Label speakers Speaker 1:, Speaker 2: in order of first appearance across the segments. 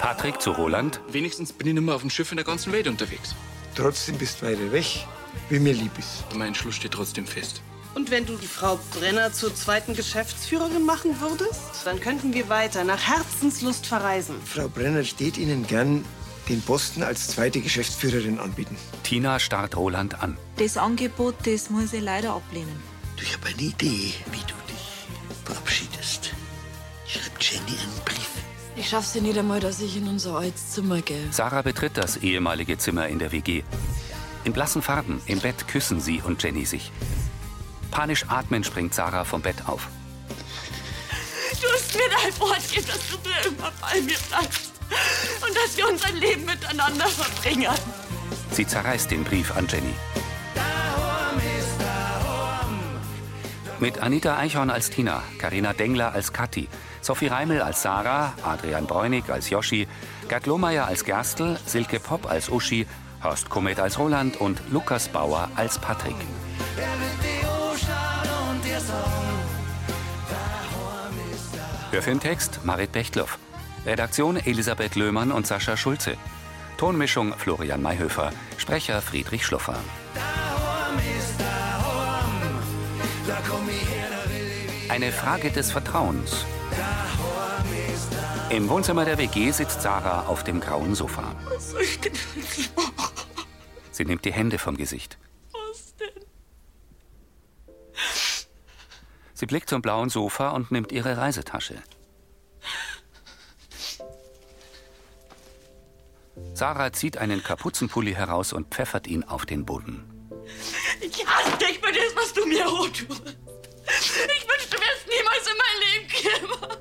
Speaker 1: Patrick zu Roland.
Speaker 2: Wenigstens bin ich nicht mehr auf dem Schiff in der ganzen Welt unterwegs.
Speaker 3: Trotzdem bist weiter weg, wie mir lieb ist.
Speaker 2: Mein Schluss steht trotzdem fest.
Speaker 4: Und wenn du die Frau Brenner zur zweiten Geschäftsführerin machen würdest, dann könnten wir weiter nach Herzenslust verreisen.
Speaker 3: Frau Brenner steht Ihnen gern den Posten als zweite Geschäftsführerin anbieten.
Speaker 1: Tina starrt Roland an.
Speaker 5: Das Angebot, das muss ich leider ablehnen.
Speaker 6: Du, ich habe eine Idee, wie du dich verabschiedest. Schreib Jenny einen Brief.
Speaker 7: Ich schaff's ja nicht einmal, dass ich in unser altes Zimmer gehe.
Speaker 1: Sarah betritt das ehemalige Zimmer in der WG. In blassen Farben im Bett küssen sie und Jenny sich. Panisch atmend springt Sarah vom Bett auf.
Speaker 8: Du hast mir dein Wort gegeben, dass du für immer bei mir bleibst. Und dass wir unser Leben miteinander verbringen.
Speaker 1: Sie zerreißt den Brief an Jenny. Mit Anita Eichhorn als Tina, Karina Dengler als Kathi, Sophie Reimel als Sarah, Adrian Bräunig als Joschi, Gerd Lohmeier als Gerstl, Silke Popp als Uschi, Horst Komet als Roland und Lukas Bauer als Patrick. Hörfilmtext Marit Bechtloff. Redaktion Elisabeth Löhmann und Sascha Schulze. Tonmischung Florian Mayhöfer. Sprecher Friedrich Schluffer. Eine Frage des Vertrauens. Im Wohnzimmer der WG sitzt Sarah auf dem grauen Sofa.
Speaker 8: Was soll ich denn eigentlich machen?
Speaker 1: Sie nimmt die Hände vom Gesicht.
Speaker 8: Was denn?
Speaker 1: Sie blickt zum blauen Sofa und nimmt ihre Reisetasche. Sarah zieht einen Kapuzenpulli heraus und pfeffert ihn auf den Boden.
Speaker 8: Ich hasse dich für das, was du mir rot tust. Ich wünschte, du wärst niemals in mein Leben gekommen.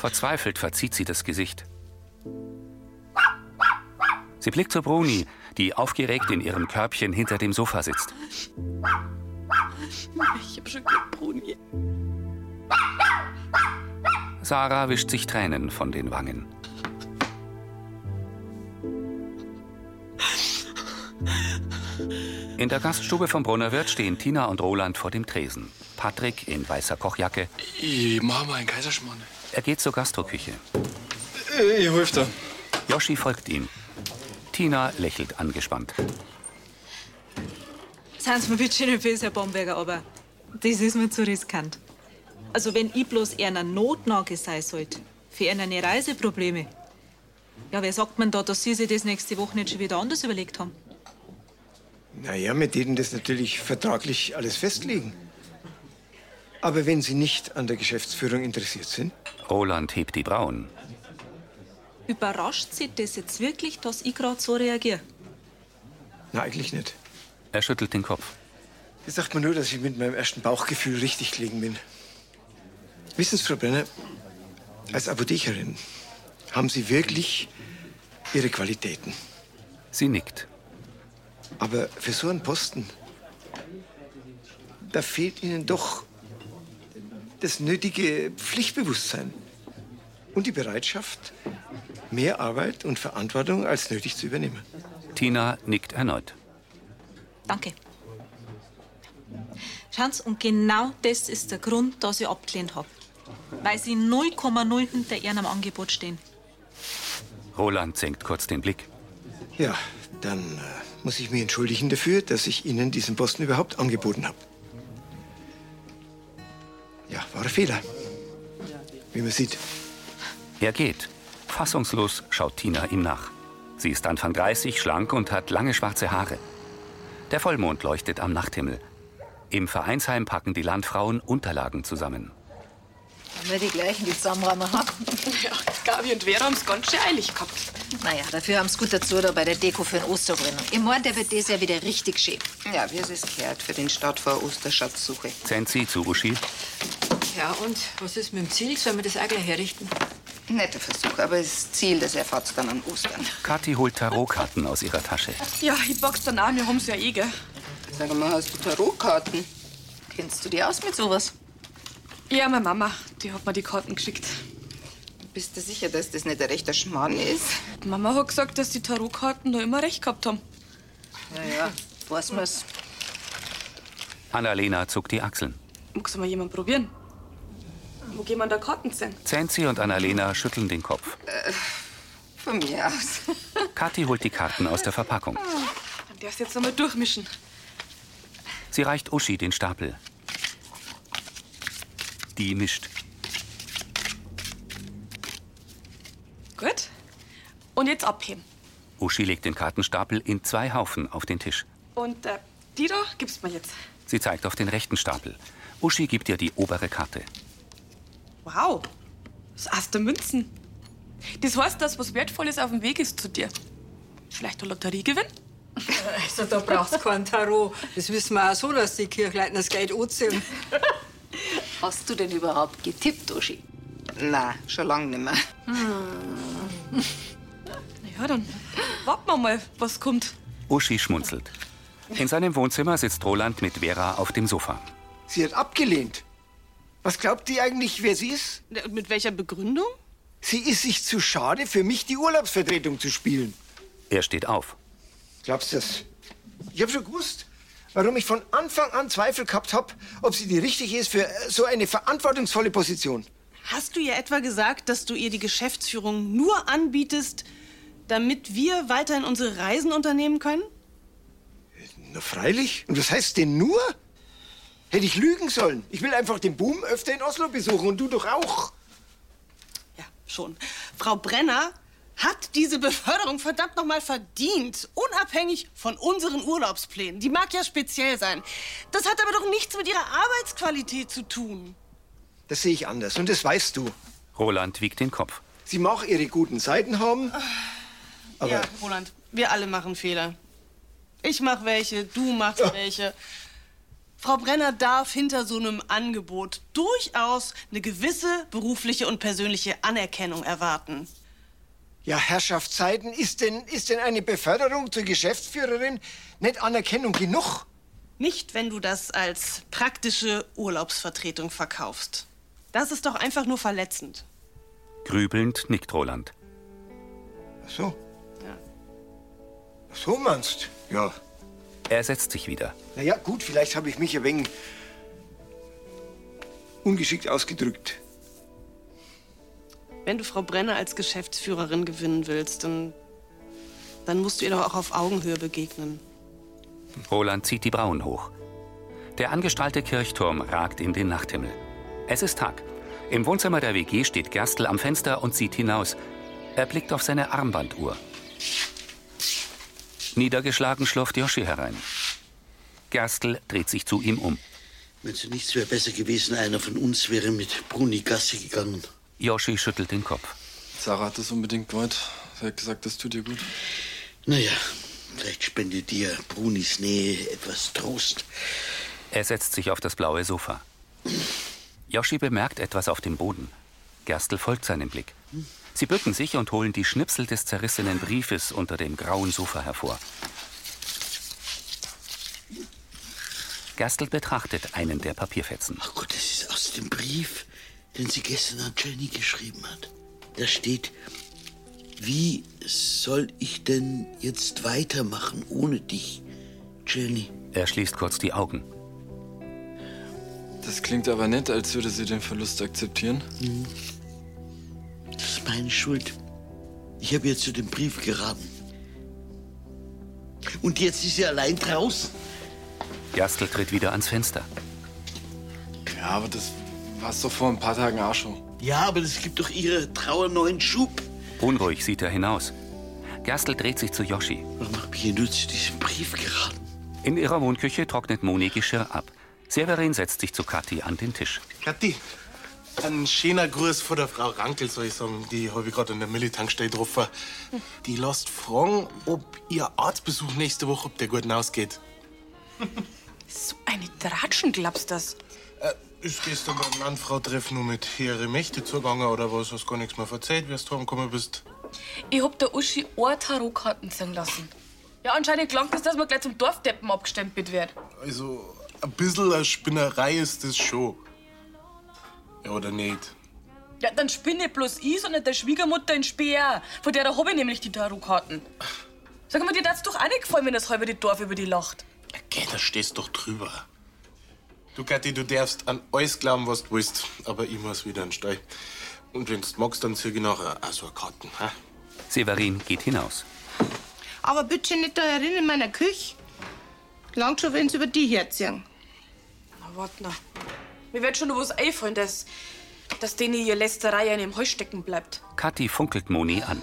Speaker 1: Verzweifelt verzieht sie das Gesicht. Sie blickt zu Bruni, die aufgeregt in ihrem Körbchen hinter dem Sofa sitzt.
Speaker 8: Ich hab schon Glück, Bruni.
Speaker 1: Sarah wischt sich Tränen von den Wangen. In der Gaststube vom Brunnerwirt stehen Tina und Roland vor dem Tresen. Patrick in weißer Kochjacke.
Speaker 2: Ich mach mal einen Kaiserschmarrn.
Speaker 1: Er geht zur Gastroküche.
Speaker 3: Äh,
Speaker 2: Ich hilf dir.
Speaker 1: Yoshi folgt ihm. Tina lächelt angespannt.
Speaker 5: Seien Sie mir bitte nicht böse, Herr Bomberger, aber das ist mir zu riskant. Also, wenn ich bloß einer Notnage sein sollte, für eine Reiseprobleme, ja, wer sagt man da, dass Sie sich das nächste Woche nicht schon wieder anders überlegt haben?
Speaker 3: Naja, wir denen das natürlich vertraglich alles festlegen. Aber wenn Sie nicht an der Geschäftsführung interessiert sind,
Speaker 1: Roland hebt die Brauen.
Speaker 5: Überrascht Sie das jetzt wirklich, dass ich gerade so reagiere?
Speaker 3: na eigentlich nicht.
Speaker 1: Er schüttelt den Kopf.
Speaker 3: Jetzt sagt man nur, dass ich mit meinem ersten Bauchgefühl richtig gelegen bin. Wissen Sie, Frau Brenner, als Apothekerin haben Sie wirklich Ihre Qualitäten.
Speaker 1: Sie nickt.
Speaker 3: Aber für so einen Posten, da fehlt Ihnen doch das nötige Pflichtbewusstsein und die Bereitschaft, mehr Arbeit und Verantwortung als nötig zu übernehmen.
Speaker 1: Tina nickt erneut.
Speaker 5: Danke. Schauen Sie, und genau das ist der Grund, dass ich abgelehnt habe. Weil Sie 0,0 hinter Ihrem Angebot stehen.
Speaker 1: Roland senkt kurz den Blick.
Speaker 3: Ja, dann äh, muss ich mich entschuldigen dafür, dass ich Ihnen diesen Posten überhaupt angeboten habe. Ja, war ein Fehler. Wie man sieht.
Speaker 1: Er geht. Fassungslos schaut Tina ihm nach. Sie ist Anfang 30, schlank und hat lange schwarze Haare. Der Vollmond leuchtet am Nachthimmel. Im Vereinsheim packen die Landfrauen Unterlagen zusammen.
Speaker 7: Haben wir die gleichen, die zusammenräumen haben.
Speaker 8: Ja, Gabi und Vera haben's ganz schön eilig gehabt.
Speaker 9: Naja, dafür haben sie gut dazu da bei der Deko für den Osterbrennen. Im Morgen, der wird das ja wieder richtig schön.
Speaker 10: Ja, wir sind gehört für den Start vor Osterschatzsuche.
Speaker 1: Zenzi zu Uschi.
Speaker 7: Ja, und was ist mit dem Ziel? Sollen wir das auch gleich herrichten?
Speaker 10: Netter Versuch, aber das Ziel, das erfahrt's dann an Ostern.
Speaker 1: Kathi holt Tarotkarten aus ihrer Tasche.
Speaker 8: Ja, ich pack's dann an, wir haben's ja eh, gell?
Speaker 10: Sag mal, hast du Tarotkarten?
Speaker 9: Kennst du die aus mit sowas?
Speaker 8: Ja, meine Mama, die hat mir die Karten geschickt.
Speaker 10: Bist du sicher, dass das nicht ein rechter Schmarrn ist?
Speaker 8: Mama hat gesagt, dass die Tarotkarten noch immer recht gehabt haben.
Speaker 9: Naja, weiß man's.
Speaker 1: Annalena zuckt die Achseln.
Speaker 8: Magst du mal jemand probieren? Wo gehen wir da Karten sind?
Speaker 1: Zenzi und Annalena schütteln den Kopf.
Speaker 10: Äh, Von mir aus.
Speaker 1: Kathi holt die Karten aus der Verpackung.
Speaker 8: Dann darfst du jetzt nochmal durchmischen.
Speaker 1: Sie reicht Uschi den Stapel. Die mischt.
Speaker 8: Gut. Und jetzt abheben.
Speaker 1: Uschi legt den Kartenstapel in zwei Haufen auf den Tisch.
Speaker 8: Und äh, die da gibst mir jetzt.
Speaker 1: Sie zeigt auf den rechten Stapel. Uschi gibt ihr die obere Karte.
Speaker 8: Wow. Das erste Münzen. Das heißt, dass was Wertvolles auf dem Weg ist zu dir. Vielleicht eine Lotterie gewinnen?
Speaker 7: Also, da brauchst du kein Tarot. Das wissen wir auch so, dass die Kirchleitner das Geld anziehen.
Speaker 9: Hast du denn überhaupt getippt, Uschi?
Speaker 10: Na, schon lange nicht mehr.
Speaker 8: Hm. Ja, dann warten wir mal, was kommt.
Speaker 1: Uschi schmunzelt. In seinem Wohnzimmer sitzt Roland mit Vera auf dem Sofa.
Speaker 3: Sie hat abgelehnt. Was glaubt die eigentlich, wer sie ist?
Speaker 4: Und Äh, mit welcher Begründung?
Speaker 3: Sie ist sich zu schade, für mich die Urlaubsvertretung zu spielen.
Speaker 1: Er steht auf.
Speaker 3: Glaubst du das? Ich hab schon gewusst, warum ich von Anfang an Zweifel gehabt hab, ob sie die richtige ist für äh, so eine verantwortungsvolle Position.
Speaker 4: Hast du ihr etwa gesagt, dass du ihr die Geschäftsführung nur anbietest, damit wir weiterhin unsere Reisen unternehmen können?
Speaker 3: Na freilich. Und was heißt denn nur? Hätte ich lügen sollen. Ich will einfach den Boom öfter in Oslo besuchen und du doch auch.
Speaker 4: Ja, schon. Frau Brenner hat diese Beförderung verdammt nochmal verdient, unabhängig von unseren Urlaubsplänen. Die mag ja speziell sein. Das hat aber doch nichts mit ihrer Arbeitsqualität zu tun.
Speaker 3: Das sehe ich anders und das weißt du.
Speaker 1: Roland wiegt den Kopf.
Speaker 3: Sie mag ihre guten Seiten haben, aber
Speaker 4: ja, Roland, wir alle machen Fehler. Ich mach welche, du machst welche. Frau Brenner darf hinter so einem Angebot durchaus eine gewisse berufliche und persönliche Anerkennung erwarten.
Speaker 3: ja, Herrschaftszeiten ist denn, ist denn eine Beförderung zur Geschäftsführerin nicht Anerkennung genug?
Speaker 4: Nicht, wenn du das als praktische Urlaubsvertretung verkaufst. Das ist doch einfach nur verletzend.
Speaker 1: Grübelnd nickt Roland.
Speaker 3: Ach so. Ach so meinst Ja.
Speaker 1: Er setzt sich wieder.
Speaker 3: Na ja, gut, vielleicht habe ich mich ein wenig ungeschickt ausgedrückt.
Speaker 4: Wenn du Frau Brenner als Geschäftsführerin gewinnen willst, dann, dann musst du ihr doch auch auf Augenhöhe begegnen.
Speaker 1: Roland zieht die Brauen hoch. Der angestrahlte Kirchturm ragt in den Nachthimmel. Es ist Tag. Im Wohnzimmer der WG steht Gerstl am Fenster und sieht hinaus. Er blickt auf seine Armbanduhr. Niedergeschlagen schlurft Joschi herein. Gerstl dreht sich zu ihm um.
Speaker 6: Meinst du, nichts wäre besser gewesen, einer von uns wäre mit Bruni Gassi gegangen?
Speaker 1: Joschi schüttelt den Kopf.
Speaker 2: Sarah hat das unbedingt gewollt. Sie hat gesagt, das tut dir gut.
Speaker 6: Naja, vielleicht spendet dir Brunis Nähe etwas Trost.
Speaker 1: Er setzt sich auf das blaue Sofa. Joschi bemerkt etwas auf dem Boden. Gerstl folgt seinem Blick. Sie bücken sich und holen die Schnipsel des zerrissenen Briefes unter dem grauen Sofa hervor. Gerstl betrachtet einen der Papierfetzen.
Speaker 6: Ach Gott, das ist aus dem Brief, den sie gestern an Jenny geschrieben hat. Da steht, wie soll ich denn jetzt weitermachen ohne dich, Jenny?
Speaker 1: Er schließt kurz die Augen.
Speaker 2: Das klingt aber nett, als würde sie den Verlust akzeptieren.
Speaker 6: Mhm. Das ist meine Schuld. Ich habe ihr zu dem Brief geraten. Und jetzt ist sie allein draußen.
Speaker 1: Gerstl tritt wieder ans Fenster.
Speaker 2: Ja, aber das war's doch vor ein paar Tagen auch schon.
Speaker 6: Ja, aber das gibt doch ihrer Trauer neuen Schub.
Speaker 1: Unruhig sieht er hinaus. Gerstl dreht sich zu Joschi.
Speaker 6: Warum habe ich ihr nur zu diesem Brief geraten?
Speaker 1: In ihrer Wohnküche trocknet Moni Geschirr ab. Severin setzt sich zu Kathi an den Tisch.
Speaker 11: Kathi, ein schöner Gruß von der Frau Rankel, soll ich sagen. Die habe ich gerade in der Militankstelle getroffen. Die lässt fragen, ob ihr Arztbesuch nächste Woche, ob der gut ausgeht.
Speaker 8: So eine Tratschen glaubst das.
Speaker 11: Ist gestern beim Landfrau-Treffen nur mit ihre Mächte zugange oder was? Hast gar nichts mehr verzählt, wie du heimgekommen bist?
Speaker 8: Ich hab der Uschi eine Tarotkarten ziehen lassen. Ja, anscheinend gelangt es, dass man gleich zum Dorfdeppen abgestempelt wird.
Speaker 11: Also, ein bisschen eine Spinnerei ist das schon. Ja, oder nicht?
Speaker 8: Ja, dann spinne bloß ich, sondern der Schwiegermutter in Speer. Von der habe ich nämlich die Tarotkarten. Sag mal, dir hat's doch auch nicht gefallen, wenn das halbe Dorf über die lacht.
Speaker 11: Okay, da stehst doch drüber. Du Du, Kathi, du darfst an alles glauben, was du willst. Aber ich muss wieder in den Stall. Und wenn du magst, dann zieh ich nachher auch so eine Karten. Ha?
Speaker 1: Severin geht hinaus.
Speaker 4: Aber bitte nicht da herin in meiner Küche. Langt schon, wenn's über die herziehen.
Speaker 8: Na, warte noch. Mir wird schon noch was einfallen, dass, dass denen ihr Lästerei in dem Heu stecken bleibt.
Speaker 1: Kathi funkelt Moni an.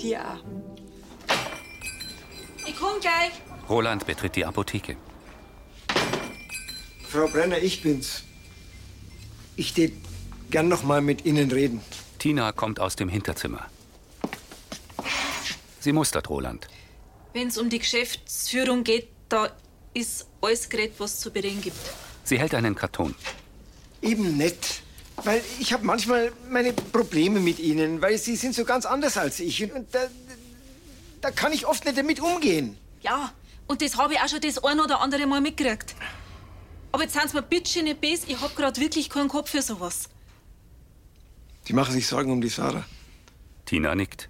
Speaker 8: Die auch. Ich komm gleich.
Speaker 1: Roland betritt die Apotheke.
Speaker 3: Frau Brenner, ich bin's. Ich tät gern noch mal mit Ihnen reden.
Speaker 1: Tina kommt aus dem Hinterzimmer. Sie mustert Roland.
Speaker 5: Wenn es um die Geschäftsführung geht, da ist alles geredet, was zu bereden gibt.
Speaker 1: Sie hält einen Karton.
Speaker 3: Eben nett. Weil ich habe manchmal meine Probleme mit Ihnen, weil Sie sind so ganz anders als ich. Und da, da kann ich oft nicht damit umgehen.
Speaker 5: Ja, und das habe ich auch schon das ein oder andere Mal mitgekriegt. Aber jetzt sind mir bitte schön nicht böse, ich hab gerade wirklich keinen Kopf für sowas.
Speaker 3: Die machen sich Sorgen um die Sarah.
Speaker 1: Tina nickt.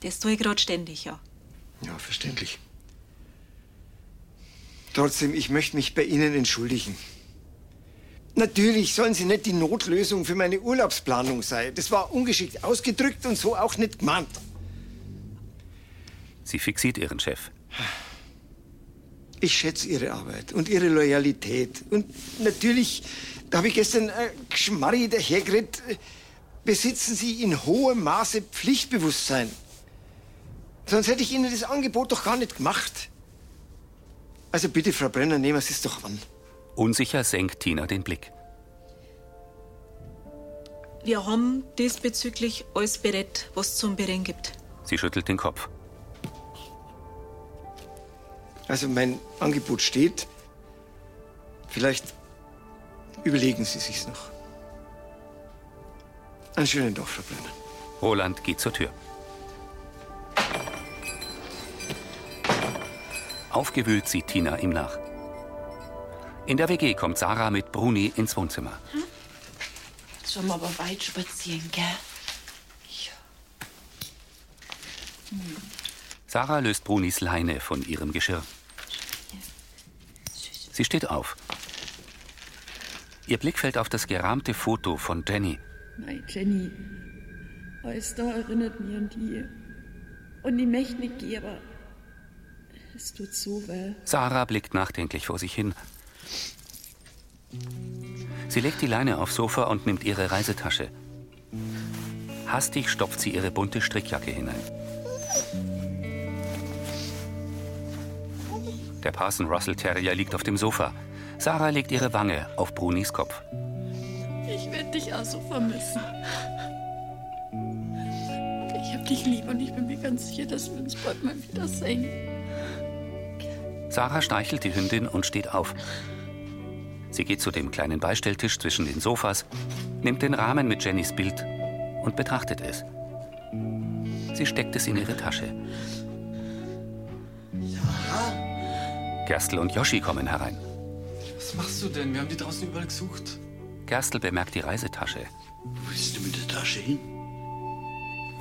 Speaker 5: Das tue ich gerade ständig, ja.
Speaker 3: Ja, verständlich. Trotzdem, ich möchte mich bei Ihnen entschuldigen. Natürlich sollen Sie nicht die Notlösung für meine Urlaubsplanung sein. Das war ungeschickt ausgedrückt und so auch nicht gemeint.
Speaker 1: Sie fixiert ihren Chef.
Speaker 3: Ich schätze Ihre Arbeit und Ihre Loyalität. Und natürlich, da habe ich gestern äh, Geschmarri dahergeredet, äh, besitzen Sie in hohem Maße Pflichtbewusstsein. Sonst hätte ich Ihnen das Angebot doch gar nicht gemacht. Also bitte, Frau Brenner, nehmen Sie es doch an.
Speaker 1: Unsicher senkt Tina den Blick.
Speaker 5: Wir haben diesbezüglich alles berät, was zum Bereden gibt.
Speaker 1: Sie schüttelt den Kopf.
Speaker 3: Also mein Angebot steht. Vielleicht überlegen Sie sich's noch. Einen schönen Tag, Frau Brenner.
Speaker 1: Roland geht zur Tür. Aufgewühlt sieht Tina ihm nach. In der WG kommt Sarah mit Bruni ins Wohnzimmer.
Speaker 12: Sollen wir aber weit spazieren, gell? Ja. Hm.
Speaker 1: Sarah löst Brunis Leine von ihrem Geschirr. Sie steht auf. Ihr Blick fällt auf das gerahmte Foto von Jenny.
Speaker 12: Nein, Jenny. Alles da erinnert mich an die. Und ich möchte nicht gehen, aber es tut so weh.
Speaker 1: Sarah blickt nachdenklich vor sich hin. Sie legt die Leine aufs Sofa und nimmt ihre Reisetasche. Hastig stopft sie ihre bunte Strickjacke hinein. Der Parson Russell Terrier liegt auf dem Sofa. Sarah legt ihre Wange auf Brunis Kopf.
Speaker 12: Ich werde dich auch so vermissen. Ich hab dich lieb und ich bin mir ganz sicher, dass wir uns bald mal wiedersehen.
Speaker 1: Sarah streichelt die Hündin und steht auf. Sie geht zu dem kleinen Beistelltisch zwischen den Sofas, nimmt den Rahmen mit Jennys Bild und betrachtet es. Sie steckt es in ihre Tasche. Gerstl und Yoshi kommen herein.
Speaker 2: Was machst du denn? Wir haben die draußen überall gesucht.
Speaker 1: Gerstl bemerkt die Reisetasche.
Speaker 6: Wo bist du mit der Tasche hin?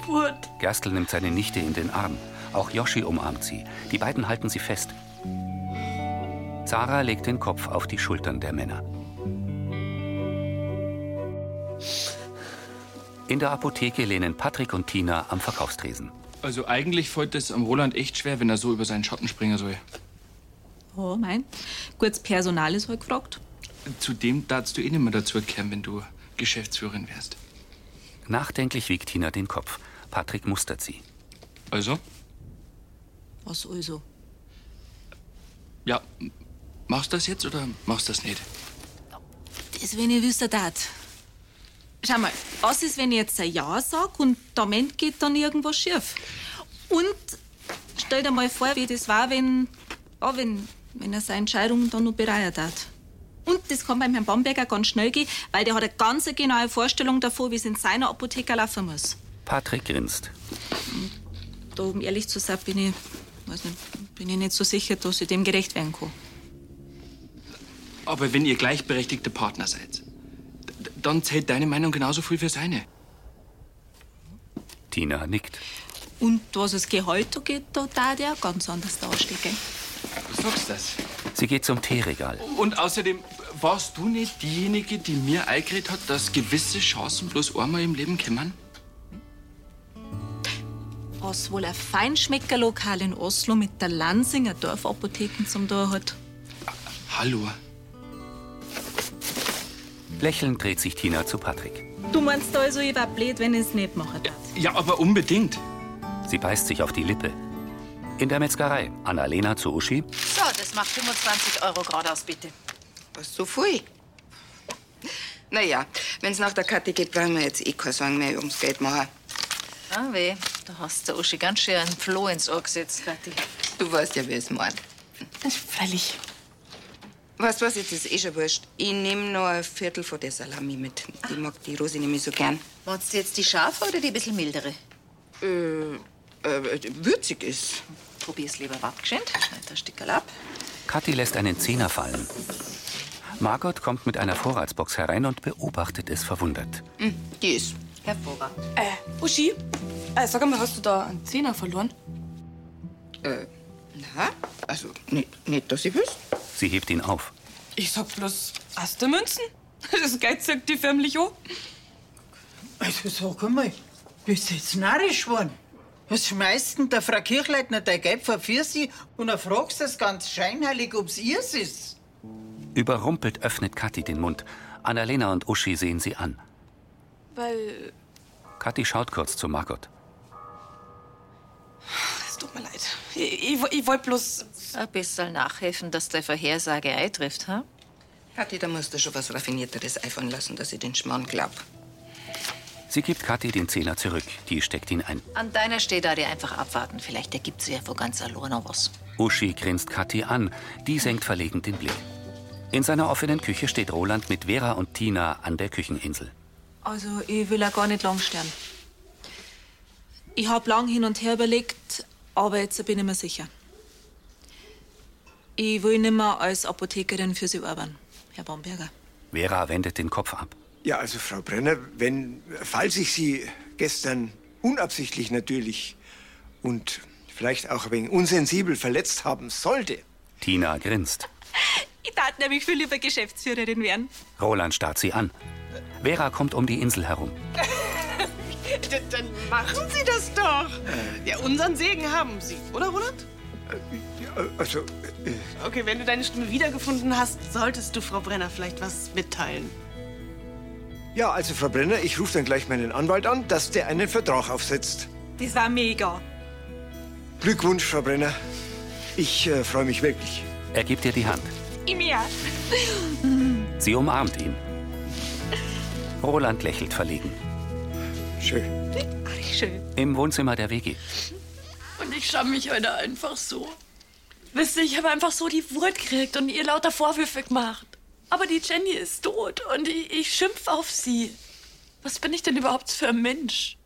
Speaker 12: Wut.
Speaker 1: Gerstl nimmt seine Nichte in den Arm. Auch Yoshi umarmt sie. Die beiden halten sie fest. Sarah legt den Kopf auf die Schultern der Männer. In der Apotheke lehnen Patrick und Tina am Verkaufstresen.
Speaker 2: Also eigentlich fällt es am Roland echt schwer, wenn er so über seinen Schatten springen soll.
Speaker 5: Oh, mein. Gutes Personal ist heute gefragt.
Speaker 2: Zudem darfst du eh nicht mehr dazu kehren, wenn du Geschäftsführerin wärst.
Speaker 1: Nachdenklich wiegt Tina den Kopf. Patrick mustert sie.
Speaker 2: Also?
Speaker 5: Was also?
Speaker 2: Ja, machst du das jetzt oder machst du das nicht?
Speaker 5: Das, wenn ihr wüsstet, dat. Schau mal, was ist, wenn ich jetzt ein Ja sag und der Moment geht dann irgendwas schief? Und stell dir mal vor, wie das war, wenn, ja, wenn, wenn er seine Entscheidung dann noch bereiert hat. Und das kann beim Herrn Bamberger ganz schnell gehen, weil der hat eine ganz genaue Vorstellung davon, wie es in seiner Apotheke laufen muss.
Speaker 1: Patrick grinst.
Speaker 5: Da, um ehrlich zu sein, bin ich, weiß nicht, bin ich nicht so sicher, dass ich dem gerecht werden kann.
Speaker 2: Aber wenn ihr gleichberechtigte Partner seid, d- dann zählt deine Meinung genauso viel für seine.
Speaker 1: Tina nickt.
Speaker 5: Und was das Gehalt angeht, da darf der ganz anders dastehen. gell?
Speaker 13: Du sagst das.
Speaker 1: Sie geht zum Teeregal.
Speaker 13: Und außerdem warst du nicht diejenige, die mir eingeredet hat, dass gewisse Chancen bloß einmal im Leben kommen?
Speaker 5: Was wohl ein Feinschmeckerlokal in Oslo mit der Lansinger Dorfapotheken zum Tor hat.
Speaker 13: Hallo.
Speaker 1: Lächelnd dreht sich Tina zu Patrick.
Speaker 5: Du meinst also, ich war blöd, wenn ich es nicht machen darf.
Speaker 13: Ja, aber unbedingt.
Speaker 1: Sie beißt sich auf die Lippe. In der Metzgerei. Annalena zu Uschi.
Speaker 9: So, das macht 25 Euro geradeaus, bitte.
Speaker 10: Was so viel? Naja, wenn's nach der Karte geht, wollen wir jetzt eh keine Sorgen mehr ums Geld machen.
Speaker 9: Ah, weh. Du hast der Uschi ganz schön einen Floh ins Ohr gesetzt, Kathi.
Speaker 10: Du weißt ja, wer es meint.
Speaker 9: Freilich.
Speaker 10: Weißt du was, jetzt ist eh schon wurscht. Ich nehme noch ein Viertel von der Salami mit. Die mag die Rosi nämlich so gern.
Speaker 9: Wolltest du jetzt die scharfe oder die bisschen mildere?
Speaker 10: Äh, äh würzig ist.
Speaker 9: Probier's lieber abgeschenkt. Schneid ein Stück ab.
Speaker 1: Kathi lässt einen Zehner fallen. Margot kommt mit einer Vorratsbox herein und beobachtet es verwundert.
Speaker 10: Hm, die ist.
Speaker 9: Hervorragend.
Speaker 8: Äh, Uschi, äh, sag mal, hast du da einen Zehner verloren?
Speaker 10: Äh, na, also nicht, nicht dass ich wüsste.
Speaker 1: Sie hebt ihn auf.
Speaker 8: Ich sag bloß, hast du Münzen? Das Geld sagt die förmlich an.
Speaker 14: Also sag einmal, bist du jetzt narrisch geworden? Was schmeißt denn der Frau Kirchleitner dein Geld vor Pfirsich und dann fragst du das ganz scheinheilig, ob's ihrs ist?
Speaker 1: Überrumpelt öffnet Kathi den Mund. Annalena und Uschi sehen sie an.
Speaker 8: Weil,
Speaker 1: Kathi schaut kurz zu Margot.
Speaker 8: es tut mir leid. Ich, ich, ich wollte bloß...
Speaker 9: Ein bisschen nachhelfen, dass der Vorhersage eintrifft, ha?
Speaker 10: Kathi, da musst du schon was Raffinierteres eifern lassen, dass ich den Schmarrn glaub.
Speaker 1: Sie gibt Kathi den Zehner zurück. Die steckt ihn ein.
Speaker 9: An deiner Stehdade einfach abwarten. Vielleicht ergibt sie ja von ganz allein noch was.
Speaker 1: Uschi grinst Kathi an. Die senkt verlegen den Blick. In seiner offenen Küche steht Roland mit Vera und Tina an der Kücheninsel.
Speaker 5: Also, ich will auch gar nicht lang sterben. Ich hab lang hin und her überlegt, aber jetzt bin ich mir sicher. Ich will nicht mehr als Apothekerin für Sie arbeiten, Herr Baumberger.
Speaker 1: Vera wendet den Kopf ab.
Speaker 3: Ja, also Frau Brenner, wenn, falls ich Sie gestern unabsichtlich natürlich und vielleicht auch ein wenig unsensibel verletzt haben sollte,
Speaker 1: Tina grinst.
Speaker 5: Ich tat nämlich viel lieber Geschäftsführerin werden.
Speaker 1: Roland starrt sie an. Vera kommt um die Insel herum.
Speaker 4: Dann machen Sie das doch. Ja, unseren Segen haben Sie, oder, Roland?
Speaker 3: äh, also
Speaker 4: Okay, wenn du deine Stimme wiedergefunden hast, solltest du Frau Brenner vielleicht was mitteilen.
Speaker 3: Ja, also Frau Brenner, ich rufe dann gleich meinen Anwalt an, dass der einen Vertrag aufsetzt.
Speaker 5: Das war mega.
Speaker 3: Glückwunsch, Frau Brenner. Ich äh, freue mich wirklich.
Speaker 1: Er gibt ihr die Hand.
Speaker 5: Ich mir.
Speaker 1: Sie umarmt ihn. Roland lächelt verlegen.
Speaker 3: Schön.
Speaker 8: Schön.
Speaker 1: Im Wohnzimmer der WG.
Speaker 8: Und ich schaue mich heute einfach so. Wisst ihr, ich habe einfach so die Wut gekriegt und ihr lauter Vorwürfe gemacht. Aber die Jenny ist tot und ich, ich schimpf auf sie. Was bin ich denn überhaupt für ein Mensch?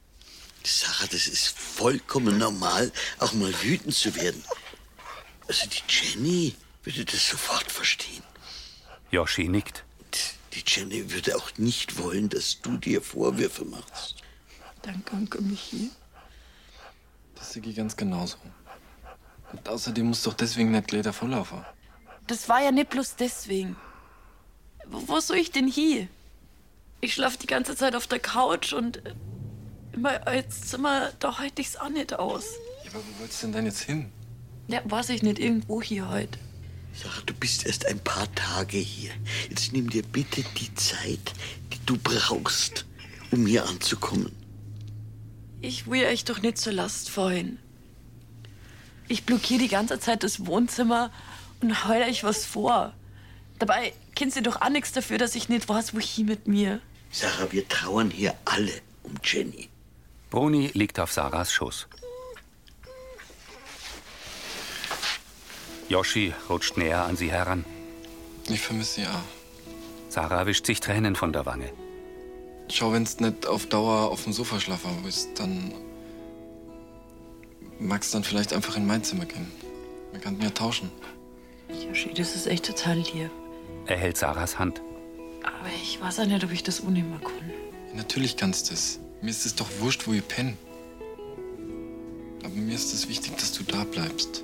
Speaker 6: Sarah, das ist vollkommen normal, auch mal wütend zu werden. Also die Jenny würde das sofort verstehen.
Speaker 1: Yoshi nickt.
Speaker 6: Die Jenny würde auch nicht wollen, dass du dir Vorwürfe machst.
Speaker 8: Danke, Onkel Michi.
Speaker 2: Das sehe ich ganz genauso. Und außerdem muss doch deswegen nicht gleich der Volllaufen.
Speaker 8: Das war ja nicht bloß deswegen. Wo, wo soll ich denn hier? Ich schlaf die ganze Zeit auf der Couch und äh, immer als Zimmer, da halte ich's auch nicht aus.
Speaker 2: Ja, aber wo wolltest du denn dann jetzt hin?
Speaker 8: Ja, weiß ich nicht, irgendwo hier heute.
Speaker 6: Sarah, du bist erst ein paar Tage hier. Jetzt nimm dir bitte die Zeit, die du brauchst, um hier anzukommen.
Speaker 8: Ich will euch doch nicht zur Last fallen. Ich blockiere die ganze Zeit das Wohnzimmer und heul euch was vor. Dabei kennst du doch auch nichts dafür, dass ich nicht weiß, wo ich hier mit mir.
Speaker 6: Sarah, wir trauern hier alle um Jenny.
Speaker 1: Bruni liegt auf Sarahs Schoß. Yoshi rutscht näher an sie heran.
Speaker 2: Ich vermisse sie auch.
Speaker 1: Sarah wischt sich Tränen von der Wange.
Speaker 2: Schau, wenn's nicht auf Dauer auf dem Sofa schlafen willst, dann magst dann vielleicht einfach in mein Zimmer gehen. Wir könnten ja tauschen.
Speaker 8: Joshi, das ist echt total lieb.
Speaker 1: Er hält Sarahs Hand.
Speaker 8: Aber ich weiß auch nicht, ob ich das unnehmen kann.
Speaker 2: Natürlich kannst du es. Mir ist es doch wurscht, wo ich penne. Aber mir ist es wichtig, dass du da bleibst.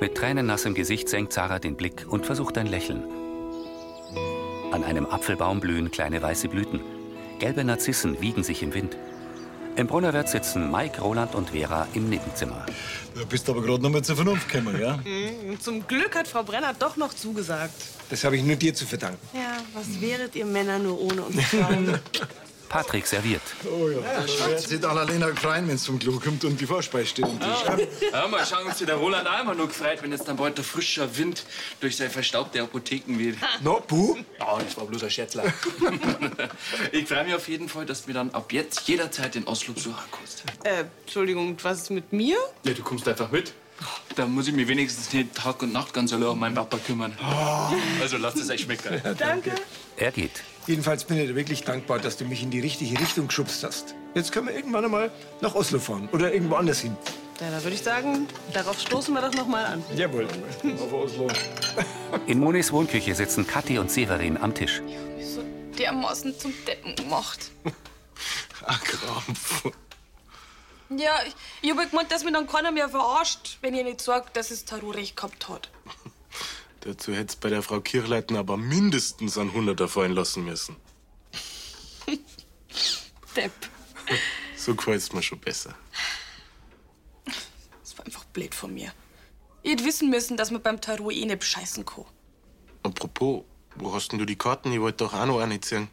Speaker 1: Mit tränennassem Gesicht senkt Sarah den Blick und versucht ein Lächeln. An einem Apfelbaum blühen kleine weiße Blüten. Gelbe Narzissen wiegen sich im Wind. Im Brunnerwirt sitzen Mike, Roland und Vera im Nebenzimmer.
Speaker 15: Du bist aber gerade noch mal zur Vernunft gekommen, ja?
Speaker 4: Hm, Zum Glück hat Frau Brenner doch noch zugesagt.
Speaker 15: Das habe ich nur dir zu verdanken.
Speaker 4: Ja, was wäret ihr Männer nur ohne uns Frauen?
Speaker 1: Patrick serviert.
Speaker 15: Oh ja, da schwört sich Annalena rein, wenn es
Speaker 3: um-
Speaker 15: zum Klo kommt und die Vorspeise steht am Tisch.
Speaker 13: Hör mal, schauen uns der Roland einmal nur gefreut, wenn jetzt dann bald der frischer Wind durch seine verstaubte Apotheken weht.
Speaker 15: No, buh?
Speaker 13: Oh, das war bloß ein Schätzler. ich freue mich auf jeden Fall, dass wir dann ab jetzt jederzeit in Oslo besuchen kannst.
Speaker 4: äh, Entschuldigung, was ist mit mir?
Speaker 13: Ja, du kommst einfach mit. Da muss ich mich wenigstens nicht Tag und Nacht ganz allein um meinen Papa kümmern. Also lasst es euch schmecken.
Speaker 4: Danke.
Speaker 1: Er geht.
Speaker 15: Jedenfalls bin ich dir wirklich dankbar, dass du mich in die richtige Richtung geschubst hast. Jetzt können wir irgendwann einmal nach Oslo fahren oder irgendwo anders hin.
Speaker 4: Ja, da würde ich sagen, darauf stoßen wir doch noch mal an.
Speaker 15: Jawohl, auf Oslo.
Speaker 1: In Monis Wohnküche sitzen Kathi und Severin am Tisch.
Speaker 8: So dermaßen zum Deppen gemacht.
Speaker 11: Ach, Krampf.
Speaker 8: Ja, ich, ich hab halt gemeint, dass mich dann keiner mehr verarscht, wenn ihr nicht sagt, dass es Taru recht gehabt hat.
Speaker 11: Dazu hätt's bei der Frau Kirchleitner aber mindestens einen Hunderter fallen lassen müssen.
Speaker 8: Depp.
Speaker 11: So gefällt's mir schon besser.
Speaker 8: Das war einfach blöd von mir. Ihr hättet wissen müssen, dass man beim Taru eh nicht bescheißen kann.
Speaker 11: Apropos, wo hast denn du die Karten? Ich wollte doch auch noch eine sehen.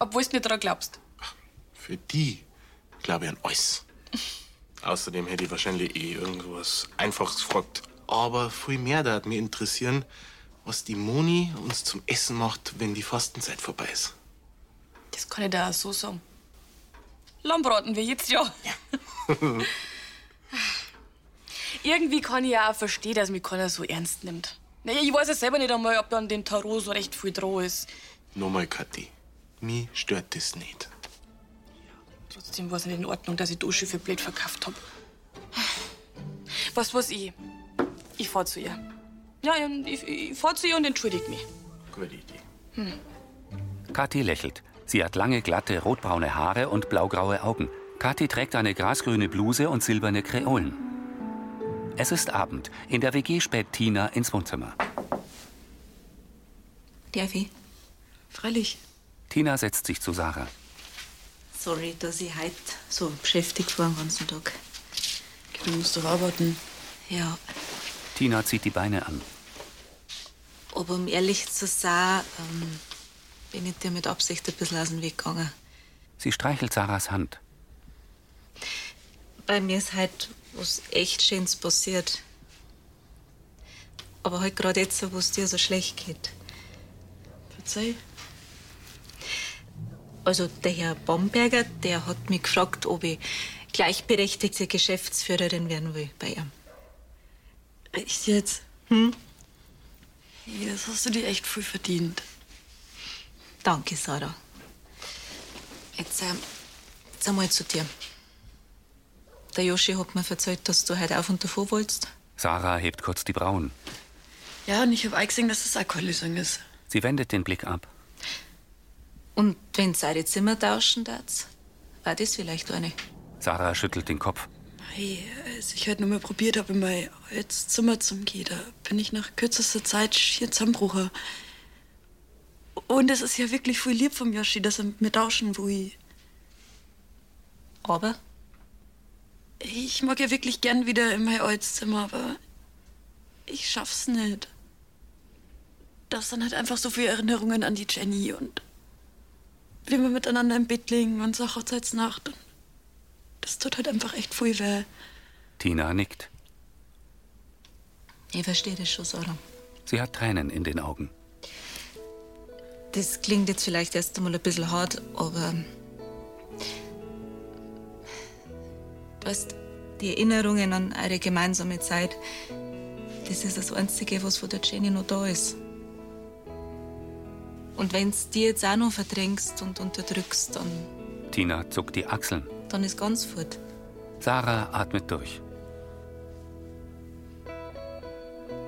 Speaker 8: Obwohl du nicht dran glaubst.
Speaker 11: Für die glaube ich an alles. Außerdem hätte ich wahrscheinlich eh irgendwas Einfaches gefragt. Aber viel mehr da hat mich interessieren, was die Moni uns zum Essen macht, wenn die Fastenzeit vorbei ist.
Speaker 8: Das kann ich dir auch so sagen. Lammbraten wir jetzt ja. Irgendwie kann ich ja auch verstehen, dass mich keiner so ernst nimmt. Naja, ich weiß ja selber nicht einmal, ob an dem Tarot so recht viel dran ist.
Speaker 11: Nochmal, Kathi, mir stört das nicht.
Speaker 8: Trotzdem war es nicht in Ordnung, dass ich die Uschi für blöd verkauft hab. Was weiß ich? Ich fahr zu ihr. Ja, ich, ich fahr zu ihr und entschuldige mich.
Speaker 11: Gute Idee.
Speaker 8: Hm.
Speaker 1: Kathi lächelt. Sie hat lange, glatte, rotbraune Haare und blaugraue Augen. Kathi trägt eine grasgrüne Bluse und silberne Kreolen. Es ist Abend. In der WG späht Tina ins Wohnzimmer.
Speaker 5: Darf ich? Freilich.
Speaker 1: Tina setzt sich zu Sarah.
Speaker 5: Sorry, dass ich heute so beschäftigt war den ganzen Tag.
Speaker 12: Du musst doch arbeiten.
Speaker 5: Ja,
Speaker 1: Tina zieht die Beine an.
Speaker 5: aber um ehrlich zu sein, ähm, bin ich dir mit Absicht ein bisschen aus dem Weg gegangen.
Speaker 1: Sie streichelt Sarahs Hand.
Speaker 5: Bei mir ist halt was echt Schönes passiert. Aber halt gerade jetzt, wo es dir so schlecht geht. Verzeih. Also, der Herr Bomberger, der hat mich gefragt, ob ich gleichberechtigte Geschäftsführerin werden will bei ihm.
Speaker 12: Echt jetzt?
Speaker 5: Hm?
Speaker 12: Hey, das hast du dir echt früh verdient.
Speaker 5: Danke, Sarah. Jetzt, ähm, jetzt einmal zu dir. Der Joschi hat mir erzählt, dass du heute auf und davon wolltest.
Speaker 1: Sarah hebt kurz die Brauen.
Speaker 12: Ja, und ich habe auch gesehen, dass das auch keine Lösung ist.
Speaker 1: Sie wendet den Blick ab.
Speaker 5: Und wenn sie eure Zimmer tauschen darf, war das vielleicht eine.
Speaker 1: Sarah schüttelt den Kopf.
Speaker 12: Hey, als ich heute noch mal probiert habe, in mein altes Zimmer zum gehen, da bin ich nach kürzester Zeit schier zusammenbrochen. Und es ist ja wirklich viel lieb vom Yoshi, dass er mit mir tauschen will.
Speaker 5: Aber?
Speaker 12: Ich mag ja wirklich gern wieder in mein altes Zimmer, aber ich schaff's nicht. Das sind halt einfach so viele Erinnerungen an die Jenny und wie wir miteinander im Bett liegen und so Hochzeitsnacht. Und das tut halt einfach echt viel weh.
Speaker 1: Tina nickt.
Speaker 5: Ich verstehe das schon, Sarah.
Speaker 1: Sie hat Tränen in den Augen.
Speaker 5: Das klingt jetzt vielleicht erst einmal ein bisschen hart, aber. ähm, Weißt, die Erinnerungen an eure gemeinsame Zeit, das ist das Einzige, was von der Jenny noch da ist. Und wenn's die jetzt auch noch verdrängst und unterdrückst, dann,
Speaker 1: Tina zuckt die Achseln.
Speaker 5: dann ist ganz fort.
Speaker 1: Sarah atmet durch.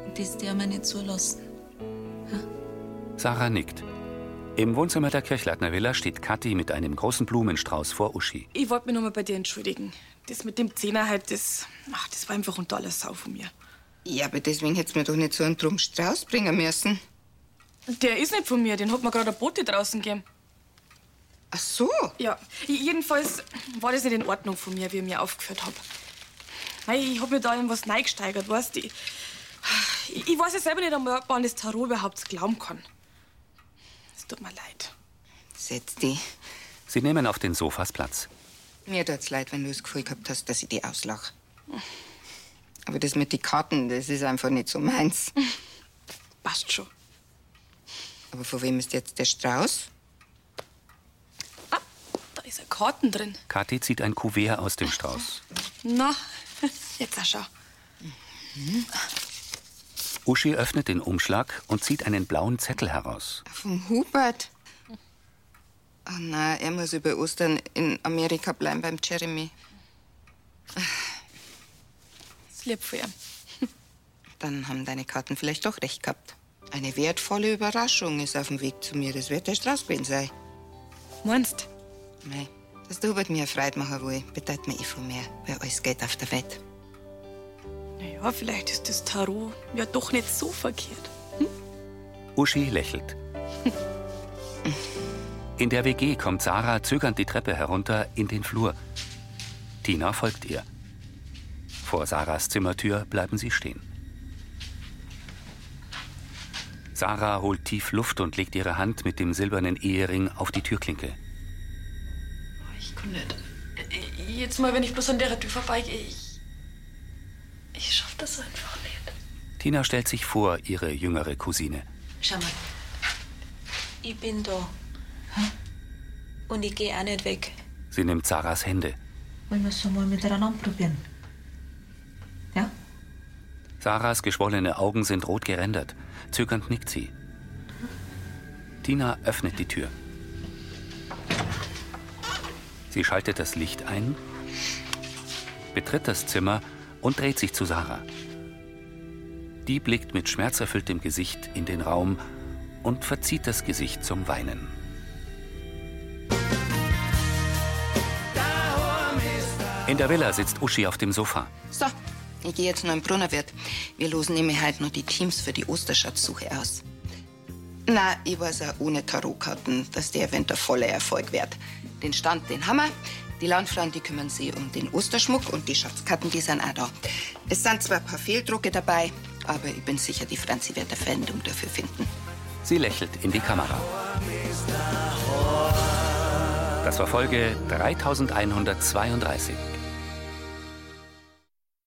Speaker 5: Und das darf man nicht zulassen.
Speaker 1: Sarah nickt. Im Wohnzimmer der Kirchleitner Villa steht Kathi mit einem großen Blumenstrauß vor Uschi.
Speaker 8: Ich wollte mich nochmal bei dir entschuldigen. Das mit dem Zehner halt, das, ach, das war einfach unter alles Sau von mir.
Speaker 10: Ja, aber deswegen hätt's mir doch nicht so einen Drum Strauß bringen müssen.
Speaker 8: Der ist nicht von mir, den hat mir gerade ein Bote draußen gegeben.
Speaker 10: Ach so?
Speaker 8: Ja, j- jedenfalls war das nicht in Ordnung von mir, wie ich mir aufgeführt habe. Mei, ich hab mir da in was reingesteigert, weißt du? Ich, ich weiß ja selber nicht einmal, ob man das Tarot überhaupt glauben kann. Es tut mir leid.
Speaker 10: Setz dich.
Speaker 1: Sie nehmen auf den Sofas Platz.
Speaker 10: Mir tut's leid, wenn du das Gefühl gehabt hast, dass ich die auslach. Aber das mit den Karten, das ist einfach nicht so meins.
Speaker 8: Passt schon.
Speaker 10: Aber von wem ist jetzt der Strauß?
Speaker 8: Ah, Da ist ein Karten drin.
Speaker 1: Kathi zieht ein Kuvert aus dem Strauß.
Speaker 8: Na, jetzt auch schau.
Speaker 1: Uschi öffnet den Umschlag und zieht einen blauen Zettel heraus.
Speaker 10: Vom Hubert? Oh nein, er muss über Ostern in Amerika bleiben beim Jeremy.
Speaker 8: Ist lieb von ihm.
Speaker 10: Dann haben deine Karten vielleicht doch recht gehabt. Eine wertvolle Überraschung ist auf dem Weg zu mir. Das wird der Strauß gewesen sein.
Speaker 8: Meinst
Speaker 10: Nein, dass du Hubert mir Freude machen will, bedeutet mir eh viel mehr, weil alles geht auf der Welt.
Speaker 8: Naja, vielleicht ist das Tarot ja doch nicht so verkehrt.
Speaker 1: Uschi lächelt. In der WG kommt Sarah zögernd die Treppe herunter in den Flur. Tina folgt ihr. Vor Sarahs Zimmertür bleiben sie stehen. Sarah holt tief Luft und legt ihre Hand mit dem silbernen Ehering auf die Türklinke.
Speaker 8: Ich kann nicht. Äh, Jetzt mal, wenn ich bloß an der Tür vorbeigehe, ich. Ich schaff das einfach nicht.
Speaker 1: Tina stellt sich vor, ihre jüngere Cousine.
Speaker 5: Schau mal. Ich bin da. Und ich gehe auch nicht weg.
Speaker 1: Sie nimmt Sarahs Hände.
Speaker 5: Wollen wir es mal miteinander probieren?
Speaker 1: Sarahs geschwollene Augen sind rot gerändert. Zögernd nickt sie. Tina öffnet die Tür. Sie schaltet das Licht ein, betritt das Zimmer und dreht sich zu Sarah. Die blickt mit schmerzerfülltem Gesicht in den Raum und verzieht das Gesicht zum Weinen. In der Villa sitzt Uschi auf dem Sofa.
Speaker 10: So, ich gehe jetzt noch in den Brunnerwirt. Wir losen nämlich heute noch die Teams für die Osterschatzsuche aus. Na, ich weiß auch ohne Tarotkarten, dass der Event ein voller Erfolg wird. Den Stand, den Hammer. Die Landfrauen, die kümmern sich um den Osterschmuck und die Schatzkarten, die sind auch da. Es sind zwar ein paar Fehldrucke dabei, aber ich bin sicher, die Franzi wird eine Verwendung dafür finden.
Speaker 1: Sie lächelt in die Kamera. Das war Folge 3132.